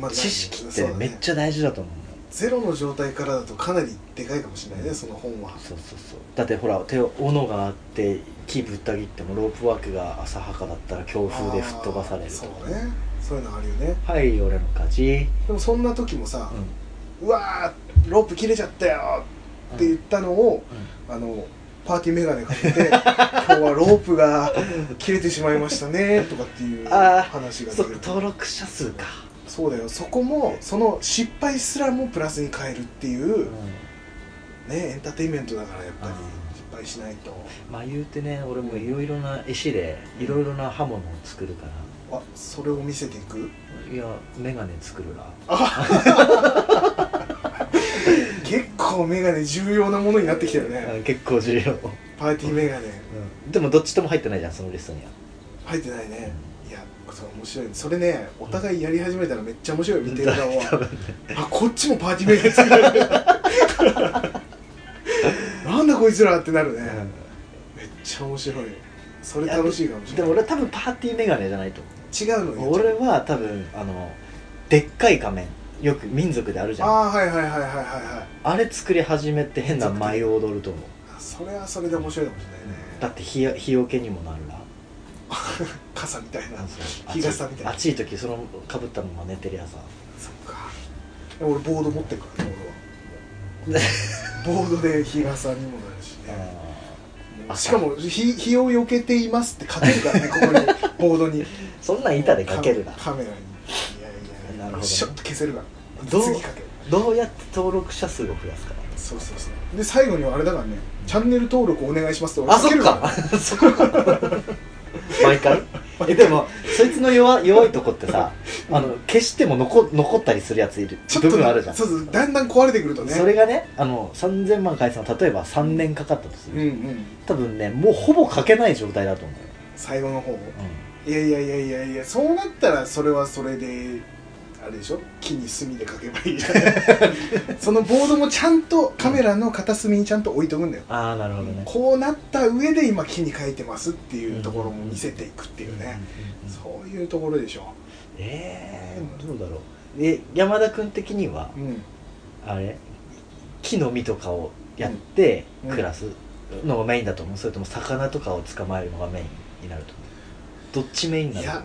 S1: まあ
S2: 知識っ
S1: そう
S2: て
S1: だね
S2: めっちゃ大事だと思うんだよ
S1: ゼロの状態からだとかなりでかいかもしれないねその本は
S2: そうそうそうだってほら手を斧があって木ぶった切ってもロープワークが浅はかだったら強風で吹っ飛ばされる
S1: あー
S2: と
S1: そう
S2: か
S1: ねそういうのあるよね
S2: はい俺の勝ち、
S1: でもそんな時もさ、
S2: うん
S1: うわーロープ切れちゃったよって言ったのを、あのパーティーメガネかけて 今日はロープが切れてしまいましたねとかっていう
S2: あー
S1: 話が
S2: そ
S1: 出
S2: っ
S1: る
S2: か登録者数か、
S1: そうだよそこもその失敗すらもプラスに変えるっていう、ねエンターテインメントだからやっぱり
S2: あー
S1: 失敗しないと
S2: まあ言うてね俺もいろいろな石でいろいろな刃物を作るから、
S1: あそれを見せていく
S2: いや眼鏡作るな
S1: 結構メガネ重要なものになってきたよね
S2: うん結構重要、
S1: パーティーメガネ
S2: でもどっちとも入ってないじゃんそのリストには
S1: 入ってないねいやそれ面白いそれねお互いやり始めたらめっちゃ面白いよ見てる側は
S2: 多分ね
S1: あこっちもパーティーメガ作る なんだこいつらってなるね、めっちゃ面白いそれ楽しいかもしれ
S2: でも
S1: ない
S2: 俺は多分パーティー眼鏡じゃないと
S1: 違うの
S2: 思
S1: よ
S2: う俺は多分あのでっかい仮面よく民族であるじゃんあ
S1: ああーはいはいはいはいはいはい
S2: れ作り始めて変な舞を踊ると思う
S1: あそれはそれで面白いかもしれないね
S2: だって日日よけにもなるな
S1: 傘みたいな
S2: なんすか
S1: 日傘みたいな
S2: 暑い時そのかぶったまま寝てりゃさ
S1: そっかでも俺ボード持ってるからね 俺はボードで日傘にもなるしね
S2: あー
S1: しかも日日を避けていますって書けるからねここにボードに
S2: そん なん板でかけるな
S1: カカメラにいやいやいや
S2: なるほど
S1: シャッと消せるから
S2: どう
S1: 次かける
S2: どうやって登録者数を増やすかな
S1: そうそうそうで最後にはあれだからねチャンネル登録お願いしますって
S2: あ
S1: か
S2: そ
S1: け
S2: っ
S1: るら
S2: か そっか毎回えでもそいつの弱弱いとこってさあの消しても残残ったりするやついる
S1: ちょっと
S2: 部分あるじゃんそ,、
S1: そうそうだんだん壊れてくるとね
S2: れがねあの3000万回数が例えば3年かかったとす
S1: うん
S2: る、
S1: うん
S2: 多分ねもうほぼ書けない状態だと思うよ、
S1: 最後の方
S2: うん
S1: いやいやいやいやいやそうなったらそれはそれであれでしょ木に墨で書けばいいじゃ んそのボードもちゃんとカメラの片隅にちゃんと置いとくんだよ
S2: ああなるほどね、
S1: こうなった上で今木に書いてますっていうところも見せていくっていうね、
S2: うん
S1: そういうところでしょ
S2: えー、どうだろうえ山田君的には
S1: うん
S2: あれ木の実とかをやって
S1: うんうん
S2: 暮らすのがメインだと思うそれとも魚とかを捕まえるのがメインになると思うどっちメインないの
S1: や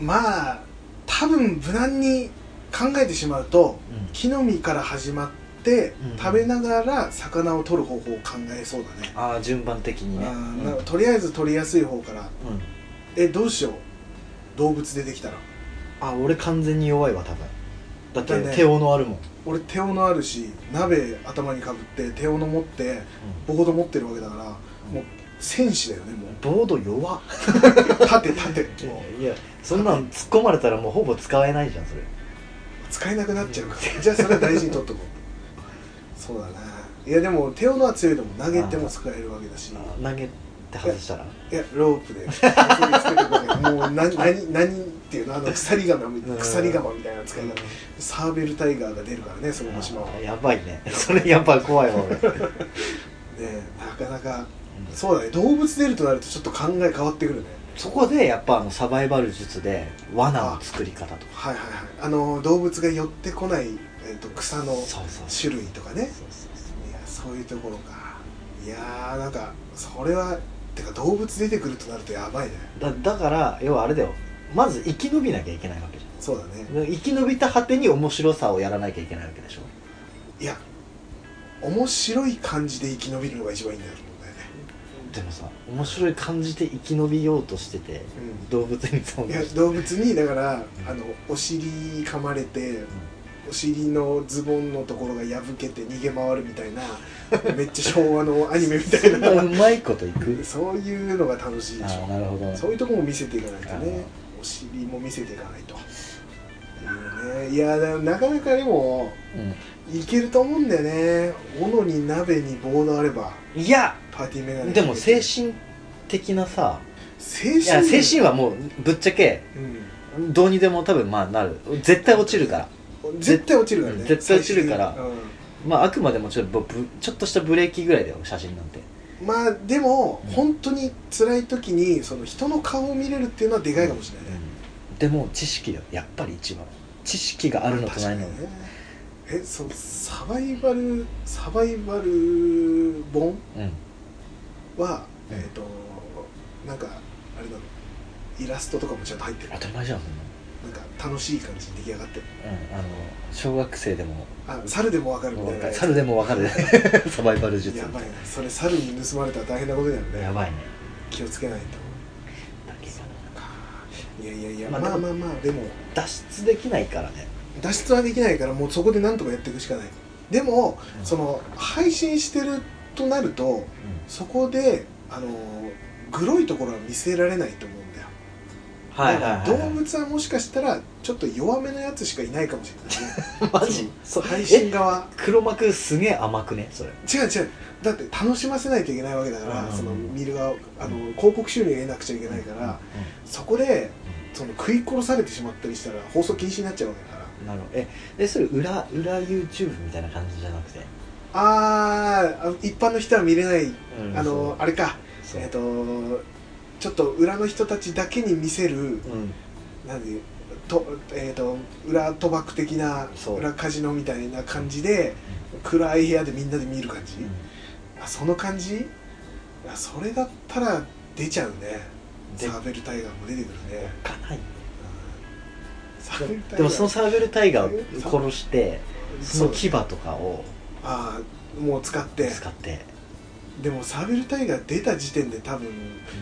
S1: まあ多分無難に考えてしまうと
S2: うん
S1: 木の実から始まって、
S2: うん
S1: 食べながら魚を取る方法を考えそうだね
S2: ああ順番的にね
S1: あ
S2: うん
S1: ーなんかとりあえず取りやすい方から
S2: うん
S1: えどうしよう動物出てきたら
S2: あ俺完全に弱いわ多分だって
S1: だね
S2: 手おのあるもん、
S1: 俺手斧あるし鍋頭にかぶって手斧持ってボード持ってるわけだからもう戦士だよねも
S2: ボード弱っ
S1: う盾盾も
S2: いやそんなん突っ込まれたらもうほぼ使えないじゃんそれ
S1: う使えなくなっちゃうからじゃあそれは大事に取っとこうそうだないやでも手斧は強いと思う投げても使えるわけだし
S2: 投げて外したら
S1: いやロープで結びつけてくわけもうな何何っていうのあの鎖釜み
S2: うん
S1: 鎖釜みたいな使い方サーベルタイガーが出るからねその島は
S2: あー
S1: ね
S2: やばいね それやっぱ怖いわ俺
S1: なかなかそうだね動物出るとなるとちょっと考え変わってくるね
S2: そこでやっぱあのサバイバル術で罠の作り方とか
S1: はいはいはいあの動物が寄ってこない、えー、と草の
S2: そうそうそう
S1: 種類とかね
S2: そうそうそう
S1: いやそういうところかいやーなんかそれはてか動物出てくるとなるとやばいね
S2: だだから要はあれだよまず生き延びなきゃいけないわけじ
S1: そうだね
S2: ゃん生き延びた果てに面白さをやらなきゃいけないわけでしょ
S1: いや面白い感じで生き延びるのが一番いいんだと思うんだよね
S2: でもさ面白い感じで生き延びようとしてて動物に遭
S1: いや
S2: 遇して
S1: 動物にだからあのお尻噛まれてお尻のズボンのところが破けて逃げ回るみたいなめっちゃ昭和のアニメみた
S2: そ
S1: い
S2: んなう
S1: な
S2: まいこと いく
S1: そういうのが楽しい
S2: あ
S1: でし
S2: ー
S1: ょ
S2: なるほどね
S1: そういうとこも見せていかないとねお尻も見せていかないというねいやだなかなかでもいけると思うんだよね斧に鍋にボードあれば
S2: うんいや
S1: パーティーメガネ
S2: でも精神的なさ
S1: 精神
S2: いや精神はもうぶっちゃけ
S1: う
S2: どうにでも多分まあなる絶対落ちるから
S1: ん絶対落ちるからね
S2: 絶対落ちるから
S1: 最終的にうん
S2: まああくまでもちょっとぶちょっとしたブレーキぐらいだよ写真なんて
S1: まあでも、
S2: うん
S1: 本当に辛い時にその人の顔を見れるっていうのはでかいかもしれないね、
S2: でも知識だよやっぱり一番知識があるのとないの
S1: 確かにねえそのサバイバルサバイバル本
S2: うん
S1: は、
S2: うん
S1: えっ、となんかあれなのイラストとかもちゃんと入ってる
S2: 当たり前じゃんそんな
S1: なんか楽しい感じに出来上がってる
S2: うんあの小学生でも
S1: あ猿でもわかるみたいなやつ
S2: 猿でもわ かるサバイバル術
S1: やばいなそれ猿に盗まれたら大変なことだよね
S2: やばいね
S1: 気をつけない
S2: だけど
S1: といやいやいや、
S2: ま
S1: ま
S2: あ
S1: あ、まあまあでも
S2: 脱出できないからね
S1: 脱出はできないからもうそこでなんとかやっていくしかないでも、
S2: うん
S1: その配信してるとなるとそこであのーグロいところは見せられないと思うんだよ、
S2: はいはいは
S1: だ
S2: い
S1: から動物はもしかしたらちょっと弱めのやつしかいないかもしれない、ね、
S2: マジそう
S1: 配信
S2: え
S1: 側
S2: 黒幕すげえ甘くねそれ
S1: 違う違うだって楽しませないといけないわけだから、
S2: うん
S1: その見る側あの広告収入を得なくちゃいけないから、そこでその食い殺されてしまったりしたら放送禁止になっちゃうわけだから
S2: うんなるほどえでそれ裏裏 YouTube みたいな感じじゃなくて、
S1: あーあの一般の人は見れない
S2: うん
S1: あのあれか
S2: そう
S1: えっ、とちょっと裏の人たちだけに見せる
S2: そううん
S1: なんでとえっ、と裏賭博的な
S2: そう
S1: 裏カジノみたいな感じで暗い部屋でみんなで見る感じ、あその感じあそれだったら出ちゃうね
S2: で
S1: サーベルタイガーも出てくるね、
S2: かな
S1: う
S2: い
S1: んサーベルタイガー
S2: でもそのサーベルタイガーを殺してその
S1: そう
S2: 牙とかを
S1: ああもう使って
S2: 使って
S1: でもサーベルタイガー出た時点で多分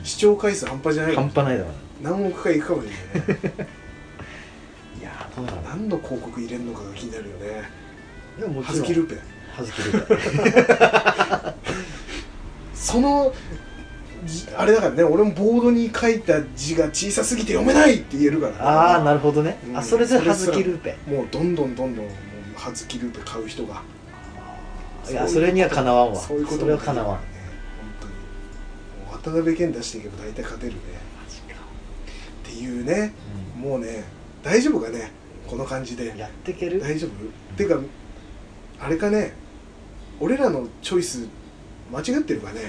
S1: 視聴回数半端じゃないか
S2: 半
S1: も
S2: 端ないだろうね
S1: 何億回いくかもしれないね
S2: いやーどうだろうな
S1: 何の広告入れるのかが気になるよね
S2: でもも
S1: 葉月ルーペ
S2: はずきルーペ
S1: そのじあれだからね俺もボードに書いた字が小さすぎて読めないって言えるからね、
S2: ああなるほどね、
S1: うん
S2: あそれではずきルーペ
S1: もうどんどんどんどんもう葉月ルーペ買う人が
S2: いやそれにはかなわんわ
S1: そういうこと
S2: れ
S1: も
S2: はかなわん
S1: ね本当にもう渡辺謙出していけば大体勝てるねっていうねもうね大丈夫かねこの感じで
S2: やってける
S1: 大丈夫てかあれかね俺らのチョイス間違ってるかね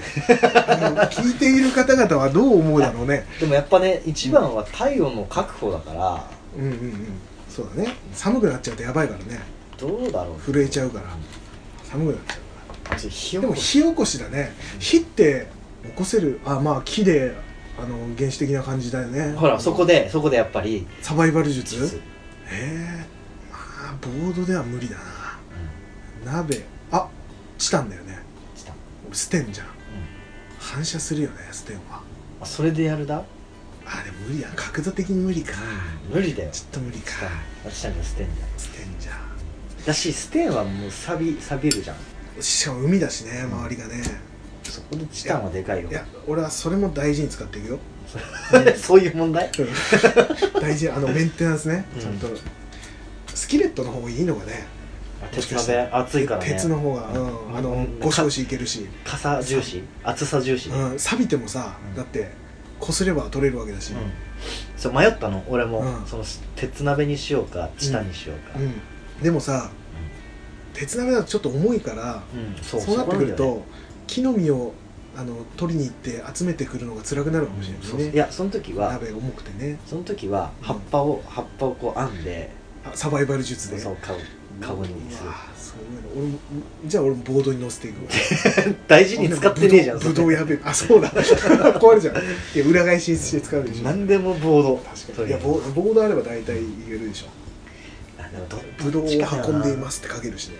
S1: あの聞いている方々はどう思うだろうね
S2: でもやっぱね一番は体温の確保だから
S1: うんうんうんそうだね寒くなっちゃうとやばいからね
S2: どうだろう
S1: 震えちゃうから寒くなっちゃうか
S2: ちょ火
S1: ら
S2: を
S1: でも火起こしだね火って起こせるあまあ木であの原始的な感じだよね
S2: ほらそこでそこでやっぱり
S1: サバイバル
S2: 実
S1: 術へえまあボードでは無理だな鍋あチタンだよね
S2: した
S1: 俺ステンじゃん反射するよねステンは
S2: あそれでやるだ
S1: ああでも無理や角度的に無理か
S2: 無理だよ
S1: ちょっと無理か
S2: 私なんかステンだよ
S1: ステンじゃ
S2: だしステンはもう錆び錆びるじゃん
S1: しかも海だしね周りがね
S2: そこでチタンはでかいよ
S1: いや俺はそれも大事に使っていくよ
S2: そういう問題
S1: 大事あのメンテナンスねちゃんと、
S2: う
S1: スキレットの方がいいのかね
S2: 鉄鍋熱いからね
S1: 鉄の方が、うん
S2: うん
S1: あ
S2: う
S1: の
S2: ん
S1: ゴシゴシいけるし、
S2: 傘重視厚さ重視ね
S1: うん、錆びてもさ、
S2: うん
S1: だってこすれば取れるわけだし、
S2: うんそう迷ったの俺も、
S1: うん
S2: その鉄鍋にしようかチタンにしようか
S1: うんでもさ鉄鍋だとちょっと重いから、
S2: うんそう
S1: そうなってくる
S2: そこな
S1: と
S2: んだよね
S1: 木の実をあの取りに行って集めてくるのが辛くなるかもしれ
S2: そう
S1: な
S2: そう
S1: い
S2: い
S1: ね
S2: やその時は
S1: 鍋重くてね
S2: その時は葉っぱを、葉っぱをこう編んで
S1: あサバイバル術で
S2: そうカゴカゴにす
S1: う
S2: る
S1: わそういうの俺もじゃあ俺もボードに乗せていくわ
S2: 大事に使ってねえじゃん
S1: ぶどうぶどう
S2: それ
S1: やべえあそうだ 壊れちゃういや裏返しにして使うでしょ
S2: 何でもボード
S1: 確か
S2: と
S1: に
S2: り
S1: い
S2: あ
S1: や
S2: えず
S1: ボボードあれば大体言えるでしょ
S2: あでもど
S1: ぶどうを運んでいますすって書けるしね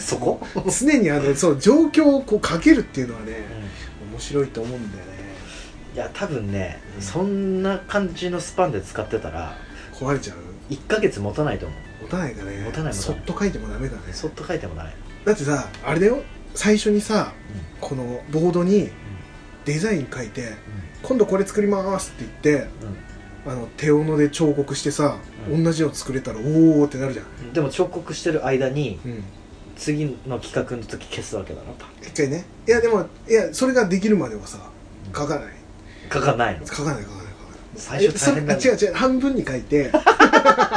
S2: そこ、
S1: 常にあのそう状況をこう書けるっていうのは
S2: う
S1: ね
S2: ん
S1: 面白いと思うんだよね
S2: いや多分ね、
S1: うん
S2: そんな感じのスパンで使ってたら
S1: 壊れちゃう
S2: 1ヶ月持たないと思
S1: 持たないかね
S2: 持たない持たない
S1: そっと書いてもダメだね
S2: うそっと書いてもない、
S1: だってさあれだよ最初にさ
S2: う
S1: このボードにデザイン書いて「今度これ作ります」って言って
S2: んうん
S1: あの手斧で彫刻してさ、
S2: うん
S1: 同じの作れたらおーってなるじゃん、
S2: でも彫刻してる間に
S1: うん、
S2: 次の企画の時消すわけだろ
S1: 一回ねいやでもいやそれができるまではさ書かない
S2: 書かないの
S1: 書かない書かない書かない
S2: 最初大変だ
S1: えそれあ違う違う半分に書いて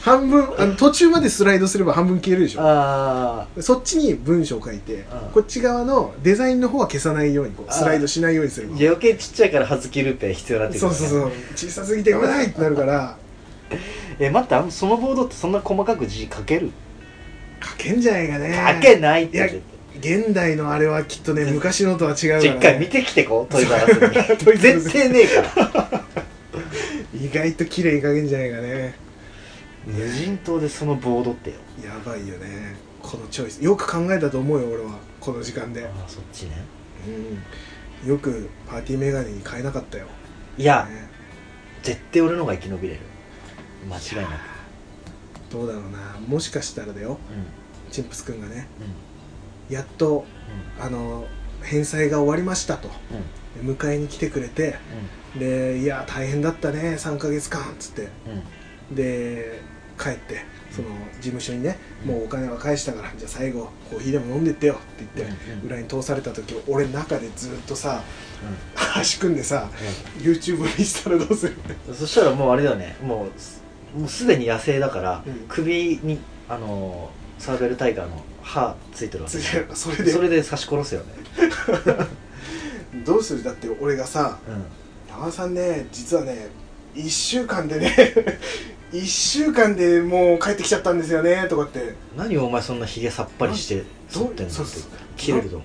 S1: 半分あの途中までスライドすれば半分消えるでしょ
S2: あ
S1: そっちに文章を書いて
S2: うん
S1: こっち側のデザインの方は消さないようにこう
S2: あー
S1: スライドしないようにすれ
S2: あ
S1: ば
S2: 余計ちっちゃいから葉月ルーペ必要になって
S1: そ
S2: くる
S1: う
S2: よね
S1: そうそう小さすぎて読めないってなるから
S2: え待ってあのそのボードってそんな細かく字書ける、
S1: 書けんじゃないかね
S2: 書けないって
S1: いや
S2: 絶
S1: 現代のあれはきっとね昔のとは違うから、ね、
S2: 対じゃあ一回見てきてこうトイザ らス
S1: トイ
S2: に
S1: ザらス
S2: 絶対ねえから
S1: 意外と綺麗に書けんじゃないかね
S2: 無人島でそのボードってよ
S1: やばいよねこのチョイスよく考えたと思うよ俺はこの時間で、
S2: ああそっちね
S1: うん、よくパーティーメガネに変えなかったよ、
S2: いや、
S1: ね
S2: 絶対俺の方が生き延びれる間違いなく
S1: どうだろうなもしかしたらだよ
S2: うん
S1: チンプスくんがね
S2: うん
S1: やっとあの返済が終わりましたと
S2: うんうん
S1: で迎えに来てくれてでいや大変だったね3ヶ月間っつって
S2: うんうん
S1: で帰ってその事務所にねもうお金は返したからじゃあ最後コーヒーでも飲んでってよって言って、
S2: うんうん
S1: 裏に通された時俺の中でずっとさ足組んでさ YouTube 見せたらどうするって
S2: うんそしたらもうあれだよねもうすもうすでに野生だから、
S1: うん
S2: 首にあのーサーベルタイガーの歯ついてるわけ
S1: つ
S2: で
S1: いてそれで
S2: それで刺し殺すよね
S1: どうするだって俺がさ
S2: うん
S1: 「山田さんね実はね1週間でね1週間でもう帰ってきちゃったんですよね」とかって
S2: 何お前そんなひげさっぱりして剃ってんの
S1: そう
S2: って
S1: そう
S2: 切れると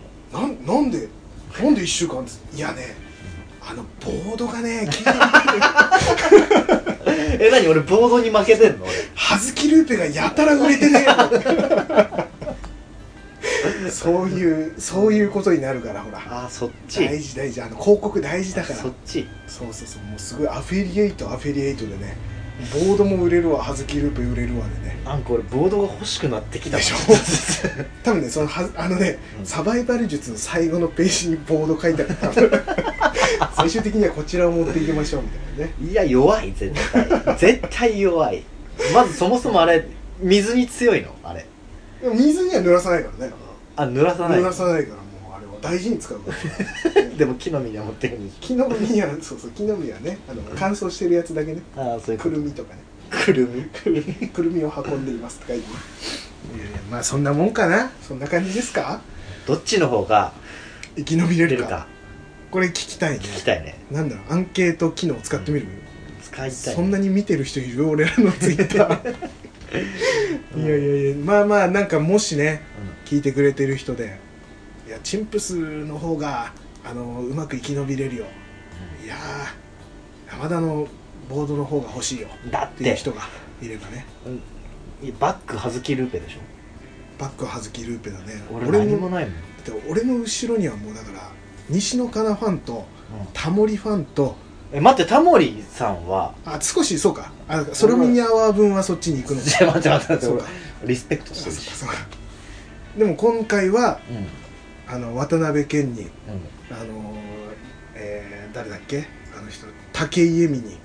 S1: 「な
S2: 思う
S1: んなんでなんで1週間?」っつっていやねあのボードがね 切れる
S2: え何俺ボードに負けてんの俺
S1: 葉月ルーペがやたら売れてねそういうそういうことになるからほら
S2: あーそっち
S1: 大事大事あの広告大事だから
S2: そっち
S1: そうそうそうもうすごいアフィリエイトアフィリエイトでねボードも売れるわ葉月ルーペ売れるわでね
S2: なんか俺ボードが欲しくなってきた
S1: でしょ
S2: う
S1: 多分ねそのはあのね、
S2: うん
S1: サバイバル術の最後のページにボード書いてあるから 最終的にはこちらを持っていきましょうみたいなね
S2: いや弱い絶対絶対弱いまずそもそもあれ水に強いのあれ
S1: でも水には濡らさないからね
S2: あ濡らさない
S1: 濡らさないからもうあれは大事に使うから、ね
S2: でも木の実には持ってるんでし
S1: 木の実はそうそう木の実はねあの乾燥してるやつだけね
S2: ょああそういうこ
S1: く
S2: と
S1: るみとかね
S2: くるみくるみ
S1: くるみを運んでいますって書いていやいやまあそんなもんかなそんな感じですか
S2: どっちの方が
S1: 生き延びれ
S2: 出
S1: る
S2: る
S1: か
S2: か
S1: これ聞きたいね
S2: 聞きたいね
S1: なんだろうアンケート機能使ってみる、
S2: 使いたい
S1: そんなに見てる人いる俺らのツイッタ ー
S2: うん
S1: いやいやいやまあまあなんかもしね
S2: う
S1: 聞いてくれてる人でいやチンプスの方があのうまく生き延びれるよいやー山田のボードの方が欲しいよ
S2: んだっ
S1: っていう
S2: て
S1: 人がいればね
S2: うんいやバックはずきルーペでしょ
S1: バックはずきルーペだね
S2: 俺何も
S1: のだ
S2: ないもん
S1: って俺の後ろにはもうだから西野カナファンとタモリファンと
S2: え待ってタモリさんは
S1: あ少しそうかあソロミニアワー分はそっちに行くの
S2: じゃ待って待って待って
S1: そうか
S2: 俺リスペクト
S1: あ
S2: し
S1: そ
S2: て
S1: う
S2: る
S1: か
S2: し
S1: そうかでも今回は
S2: うんうん
S1: あの渡辺謙にあのーえー誰だっけあの人武井絵美に
S2: う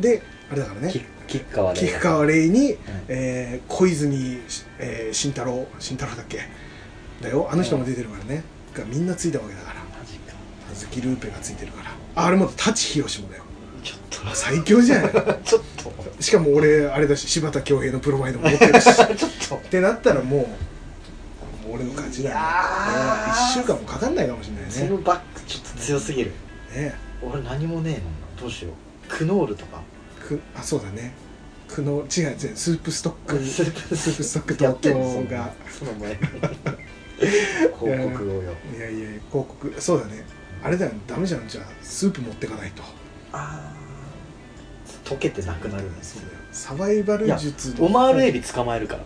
S1: であれだから
S2: ん
S1: ね
S2: き吉川玲
S1: 菊川玲に、えー小泉、えー慎太郎慎太郎だっけだよあの人も出てるからね、がみんなついたわけだから
S2: マジか
S1: 鈴木ルーペがついてるからああれも舘ひろしもだよ
S2: ちょっ
S1: 最強じゃない
S2: とちょっと
S1: しかも俺あれだし柴田恭平のプロマイドも持ってるしっ
S2: ちょっと
S1: てなったらもうもう俺の勝ちだよ
S2: いやー
S1: 1週間もかかんないかもしれない
S2: そ
S1: ね
S2: のバックちょっと強すぎる
S1: ね
S2: 俺何もねえもんなどうしようクノールとか
S1: くあそうだねくの違う違うスープストック
S2: スープ
S1: スープストック 東
S2: やってんのそ
S1: 京
S2: んな
S1: が
S2: その 前に広告をよ
S1: いやいや広告そうだねあれだよダメじゃんじゃあスープ持ってかないと
S2: あー溶けてなくなるんです
S1: そう
S2: よ
S1: だよサバイバル術
S2: オマールエ
S1: ビ
S2: ビ捕まえるか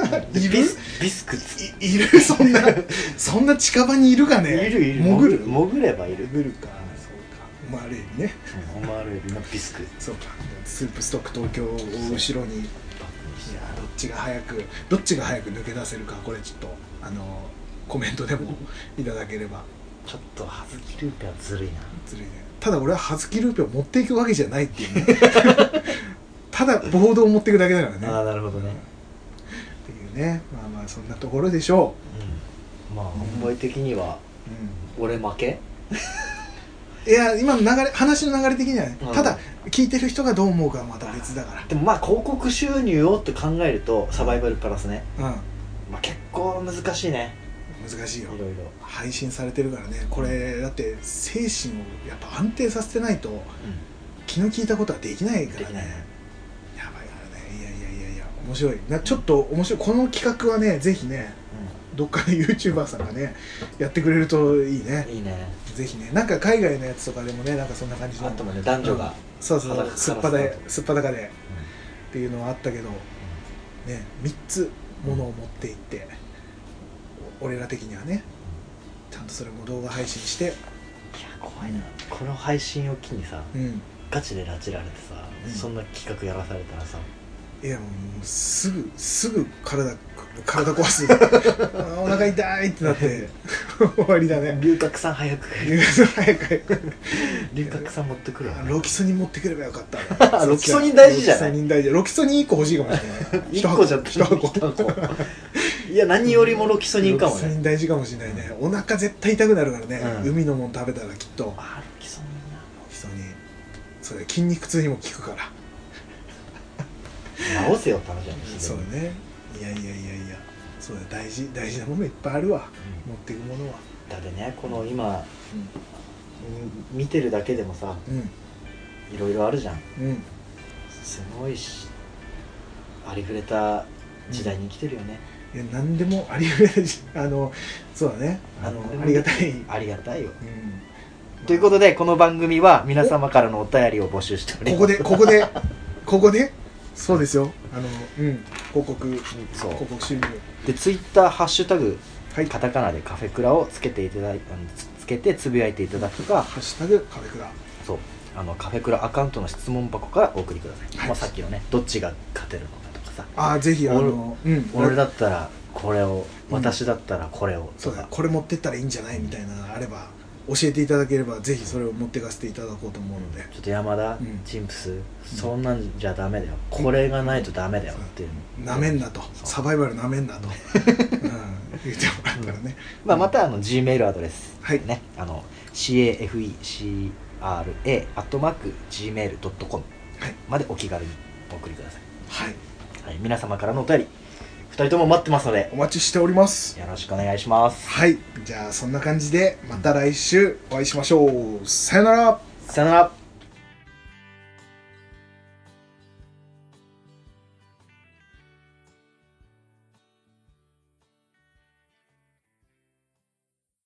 S2: ら で
S1: いる
S2: ビスビスクつ
S1: いる そんなそんな近場にいるかね
S2: いるいる
S1: 潜る
S2: 潜ればいる
S1: 潜るかそうかオマールエビね
S2: オマールエビのビスク
S1: そうかスープストック東京を後ろにい
S2: バッグにして
S1: やーどっちが早くどっちが早く抜け出せるかこれちょっとあのコメントでもいただければ
S2: ちょっと葉月ルーペはずるいな
S1: ずるいねただ俺は葉月ルーペを持っていくわけじゃないっていうね ただボードを持っていくだけだからね
S2: ああなるほどね
S1: っていうねまあまあそんなところでしょ
S2: うんまあ本売的には
S1: う、
S2: 俺負け
S1: いや今の流れ話の流れ的にはね、
S2: うん
S1: ただ聞いてる人がどう思うかはまた別だか
S2: でもまあ広告収入をって考えるとサバイバルプラスね、
S1: らうん
S2: まあ、結構難しいね
S1: 難しい
S2: い
S1: よ
S2: ろいろ
S1: 配信されてるからねこれだって精神をやっぱ安定させてないと気の利いたことはできないから
S2: できない
S1: ねやばいからねいやいやいやいや面白いなちょっと面白いこの企画はねぜひねどっかで YouTuber さんがねやってくれるといいね
S2: いいね
S1: ぜひねなんか海外のやつとかでもねなんかそんな感じの
S2: あともね男女が、
S1: そうそう
S2: 裸から
S1: すっぱで
S2: スター
S1: すっぱだかでっていうのはあったけどね3つものを持っていってお俺ら的にはねちゃんとそれも動画配信して
S2: いや怖いなこの配信を機にさ
S1: うん
S2: ガチで拉致られてさ、
S1: うん
S2: そんな企画やらされたらさ
S1: いやもうすぐすぐ体体壊すあー お腹痛いってなって 終わりだ ね
S2: 龍角さん早く
S1: 早く早く
S2: 龍角さん持ってくるわ
S1: あロキソニン持ってくればよかったな
S2: ロキソニン大事じゃない
S1: ロキソニン大事ロキソニン1個欲しいかもしれ ない
S2: 1個じゃん
S1: 1箱
S2: いや何よりもロキソニンかも
S1: ロキソニ
S2: ね
S1: ン大事かもしれないねお腹絶対痛くなるからね、
S2: うん
S1: 海のもん食べたらきっと
S2: あロキソニ
S1: 人にそれ筋肉痛にも効くから
S2: ンな直せよって話なんです
S1: そうだねいやいやいやいやそうだ大事大事なものいっぱいあるわ持っていくものは
S2: だってねこの今うん見てるだけでもさ
S1: うん
S2: いろいろあるじゃん
S1: うん
S2: すごいしありふれた時代に生きてるよね、
S1: いや何でもありふれるし あのそうだねあのありがたい、うん
S2: ありがたいよということ
S1: で
S2: でこの番組は皆様からのお便りを募集しており
S1: こ
S2: ま
S1: こ
S2: す
S1: でここでここでそうですよあのうん広告広
S2: そう
S1: 告収入
S2: でツイッターハッシュタグ
S1: はい
S2: カ
S1: ハ
S2: タカナでカフェクラをつけていただいあのつつけてつぶやいていただくか
S1: ッシュタグカフェクラ
S2: そうあのカフェクラアカウントの質問箱からお送りください、
S1: はい
S2: まあ、さっきのねどっちが勝てるのかとかさ
S1: ああぜひあのうん
S2: 俺だったらこれを、
S1: うん
S2: 私だったらこれを
S1: そ
S2: と
S1: うだ
S2: か
S1: これ持ってったらいいんじゃないみたいなのあれば教えていただければぜひそれを持ってかせていただこうと思うので、
S2: ちょっと山田、
S1: うん
S2: チンプスそんなんじゃダメだよ、これがないとダメだよっていう
S1: なめんなと
S2: そう
S1: サバイバルなめん なと、うん、言ってもらったらね、
S2: まあ、またあの G メールアドレス、
S1: はい
S2: ね、あの CAFECRA アットマーク Gmail.com
S1: はい
S2: までお気軽にお送りくださ
S1: はい
S2: い、はい、皆様からのお便り2人とも待ってますので
S1: お待ちしております
S2: よろしくお願いします
S1: はいじゃあそんな感じでまた来週お会いしましょうさよなら
S2: さよなら